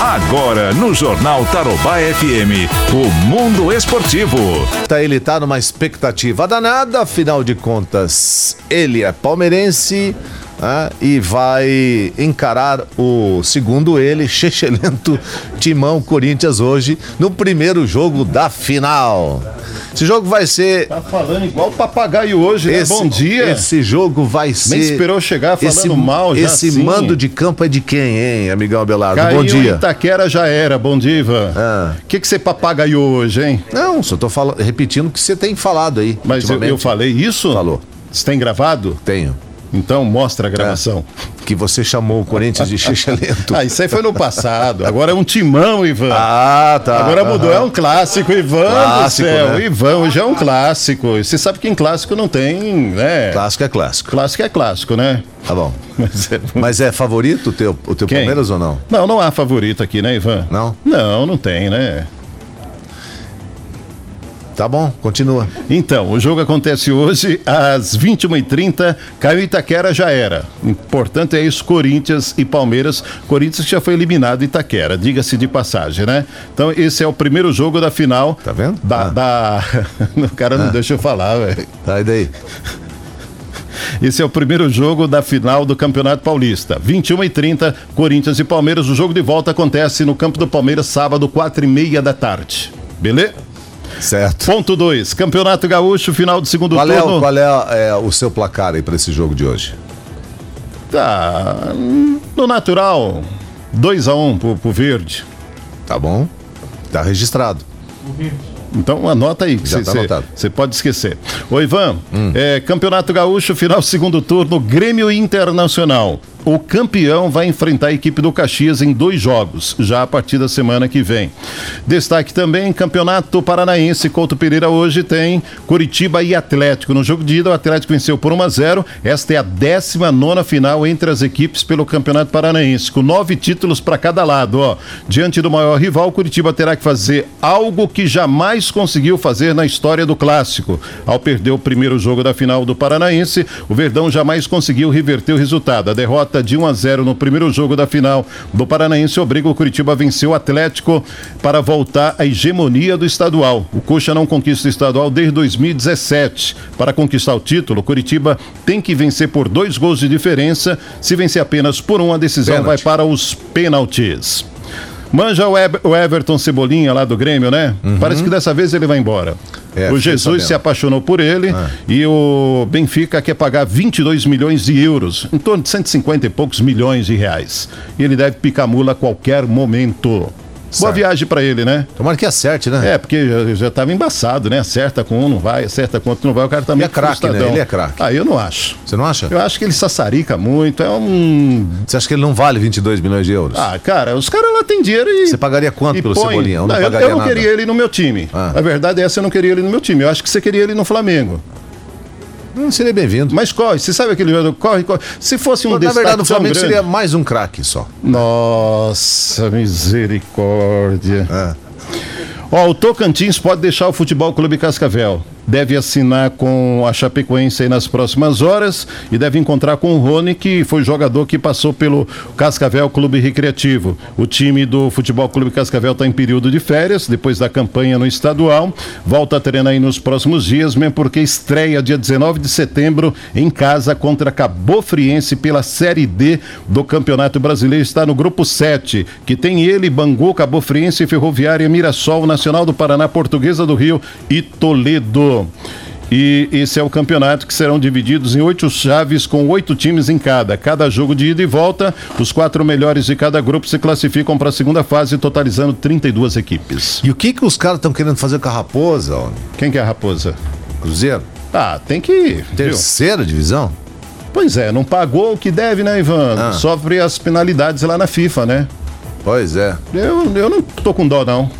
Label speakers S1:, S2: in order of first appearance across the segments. S1: Agora, no Jornal Tarobá FM, o Mundo Esportivo.
S2: Tá, ele tá numa expectativa danada, afinal de contas, ele é palmeirense ah, e vai encarar o, segundo ele, Chechelento Timão Corinthians hoje, no primeiro jogo da final. Esse jogo vai ser.
S3: Tá falando igual o papagaio hoje, né?
S2: Esse-
S3: Bom dia.
S2: Esse jogo vai ser.
S3: esperou chegar falando mal já
S2: Esse
S3: assim.
S2: mando de campo é de quem, hein, amigão Abelardo?
S3: Caiu
S2: Bom dia.
S3: Itaquera já era. Bom dia, Ivan.
S2: Ah.
S3: O que, que você papagaiou hoje, hein?
S2: Não, só tô fala- repetindo o que você tem falado aí.
S3: Mas eu,
S2: ultimamente.
S3: eu falei isso?
S2: Falou. É.
S3: Você tem gravado?
S2: Tenho.
S3: Então mostra a gravação.
S2: Que você chamou o Corinthians de Chechelento.
S3: Ah, isso aí foi no passado. Agora é um timão, Ivan.
S2: Ah, tá.
S3: Agora mudou,
S2: Aham.
S3: é um clássico, Ivan
S2: Clássico,
S3: do céu.
S2: né?
S3: Ivan, hoje é um clássico. E Você sabe que em clássico não tem, né?
S2: Clássico é clássico.
S3: Clássico é clássico, né?
S2: Tá bom.
S3: Mas é...
S2: Mas é favorito o teu, o teu
S3: Quem?
S2: Palmeiras ou não?
S3: Não, não há favorito aqui, né, Ivan?
S2: Não?
S3: Não, não tem, né?
S2: Tá bom, continua.
S3: Então, o jogo acontece hoje às 21h30. Caio Itaquera já era. Importante é isso, Corinthians e Palmeiras. Corinthians que já foi eliminado Itaquera, diga-se de passagem, né? Então, esse é o primeiro jogo da final.
S2: Tá vendo?
S3: Da.
S2: Ah.
S3: da- o cara não deixa eu falar, velho.
S2: Tá, e daí?
S3: Esse é o primeiro jogo da final do Campeonato Paulista. 21 e 30, Corinthians e Palmeiras. O jogo de volta acontece no campo do Palmeiras, sábado, 4 e meia da tarde. Beleza?
S2: Certo.
S3: Ponto 2. Campeonato Gaúcho, final do segundo
S2: Qual é,
S3: turno.
S2: o- qual é, é, o seu placar aí pra esse jogo de hoje?
S3: Tá. hum, No natural, 2 a 1 um pro, pro Verde.
S2: Tá bom? Tá registrado.
S3: Então anota aí, que
S2: Já tá anotado. Hum.
S3: você pode esquecer. Ô Ivan, é, Campeonato Gaúcho, final segundo turno, Grêmio Internacional. O campeão vai enfrentar a equipe do Caxias em dois jogos, já a partir da semana que vem. Destaque também, Campeonato Paranaense, Couto Pereira hoje tem Curitiba e Atlético. No jogo de ida, o Atlético venceu por 1 a 0. Esta é a 19 final entre as equipes pelo Campeonato Paranaense, com nove títulos para cada lado. Ó. Diante do maior rival, o Curitiba terá que fazer algo que jamais conseguiu fazer na história do clássico. Ao perder o primeiro jogo da final do Paranaense, o Verdão jamais conseguiu reverter o resultado. A derrota de 1 a 0 no primeiro jogo da final do Paranaense obriga o Curitiba a vencer o Atlético para voltar à hegemonia do estadual. O Coxa não conquista o estadual desde 2017. Para conquistar o título, o Curitiba tem que vencer por dois gols de diferença. Se vencer apenas por um, a decisão
S2: Pênalti.
S3: vai para os pênaltis. Manja o, Eber- o Everton Cebolinha lá do Grêmio, né? Parece que dessa vez ele vai embora.
S2: Uhum. É,
S3: o
S2: fiquei
S3: Jesus
S2: sabendo. Ah.
S3: se apaixonou por ele e o Benfica quer pagar 22 milhões de euros, em torno de 150 e poucos milhões de reais. E ele deve picar mula a qualquer momento. Boa
S2: Certo.
S3: viagem pra ele, né?
S2: Tomara que acerte, né?
S3: É, porque já, já tava embaçado, né? Acerta com um, não vai, acerta com outro, não vai. O cara tá meio
S2: é craque, né?
S3: frustradão.
S2: Ele é craque.
S3: Ah, eu não acho.
S2: Você não acha?
S3: Eu acho que ele sassarica muito, é um
S2: Você acha que ele não vale 22 milhões de euros?
S3: ah, cara, os caras lá têm dinheiro e.
S2: Você pagaria quanto
S3: e
S2: pelo
S3: põe.
S2: Cebolinha? Eu não
S3: Eu não, eu,
S2: pagaria
S3: não
S2: nada.
S3: queria ele no meu time.
S2: Ah.
S3: A verdade é essa, eu não queria ele no meu time. Eu acho que você queria ele no Flamengo.
S2: Hum, seria bem-vindo.
S3: Mas corre, você sabe aquele jogador, corre, corre. Se fosse um
S2: Na
S3: destaque
S2: verdade, o
S3: tão
S2: Flamengo
S3: grande-
S2: seria mais um craque só.
S3: Nossa, misericórdia.
S2: Ah.
S3: Ó, o Tocantins pode deixar o Futebol Clube Cascavel. Deve assinar com a Chapecoense aí nas próximas horas e deve encontrar com o Rony, que foi jogador que passou pelo Cascavel Clube Recreativo. O time do Futebol Clube Cascavel está em período de férias, depois da campanha no estadual. Volta a treinar aí nos próximos dias, mesmo porque estreia dia 19 de setembro em casa contra Cabofriense pela Série D do Campeonato Brasileiro. Está no grupo 7, que tem ele, Bangu, Cabofriense, Ferroviária, Mirassol, Nacional do Paraná, Portuguesa do Rio e Toledo. E esse é o campeonato que serão divididos em oito chaves com oito times em cada. Cada jogo de ida e volta, os quatro melhores de cada grupo se classificam para a segunda fase, totalizando 32 equipes.
S2: E o que, que os caras estão querendo fazer com a Raposa, homem?
S3: Quem que é a raposa?
S2: Cruzeiro?
S3: Ah, tem que ir. viu?
S2: Terceira divisão?
S3: Pois é, não pagou o que deve, né, Ivan?
S2: Ah.
S3: Sofre as penalidades lá na FIFA, né?
S2: Pois é.
S3: Eu, eu não tô com dó, não.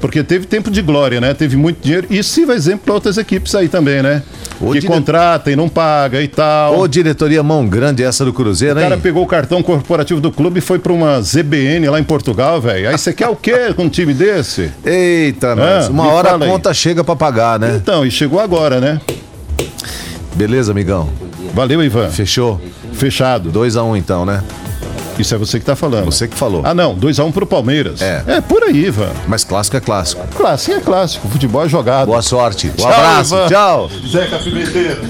S3: Porque teve tempo de glória, né? Teve muito dinheiro. Isso sirva exemplo para outras equipes aí também, né?
S2: Ô,
S3: que
S2: dire-
S3: contrata e não paga e tal.
S2: Ô, né? diretoria mão grande essa do Cruzeiro,
S3: O
S2: hein?
S3: cara pegou o cartão corporativo do clube e foi pra uma ZBN lá em Portugal, velho. Aí você quer o quê com um time desse?
S2: Eita, nós. Uma
S3: Ah, me
S2: hora a
S3: fala aí.
S2: conta chega pra pagar, né?
S3: Então, e chegou agora, né?
S2: Beleza, amigão?
S3: Valeu, Ivan.
S2: Fechou?
S3: Fechado.
S2: 2 a 1 um, então, né?
S3: Isso é você que tá falando.
S2: Você que falou.
S3: Ah, não, 2x1 pro Palmeiras.
S2: É.
S3: É por aí, Ivan.
S2: Mas clássico é clássico.
S3: Clássico é clássico, futebol é jogado.
S2: Boa sorte. Um
S3: Tchau,
S2: abraço.
S3: Ivan.
S2: Tchau.
S3: Zeca Pimenteiro.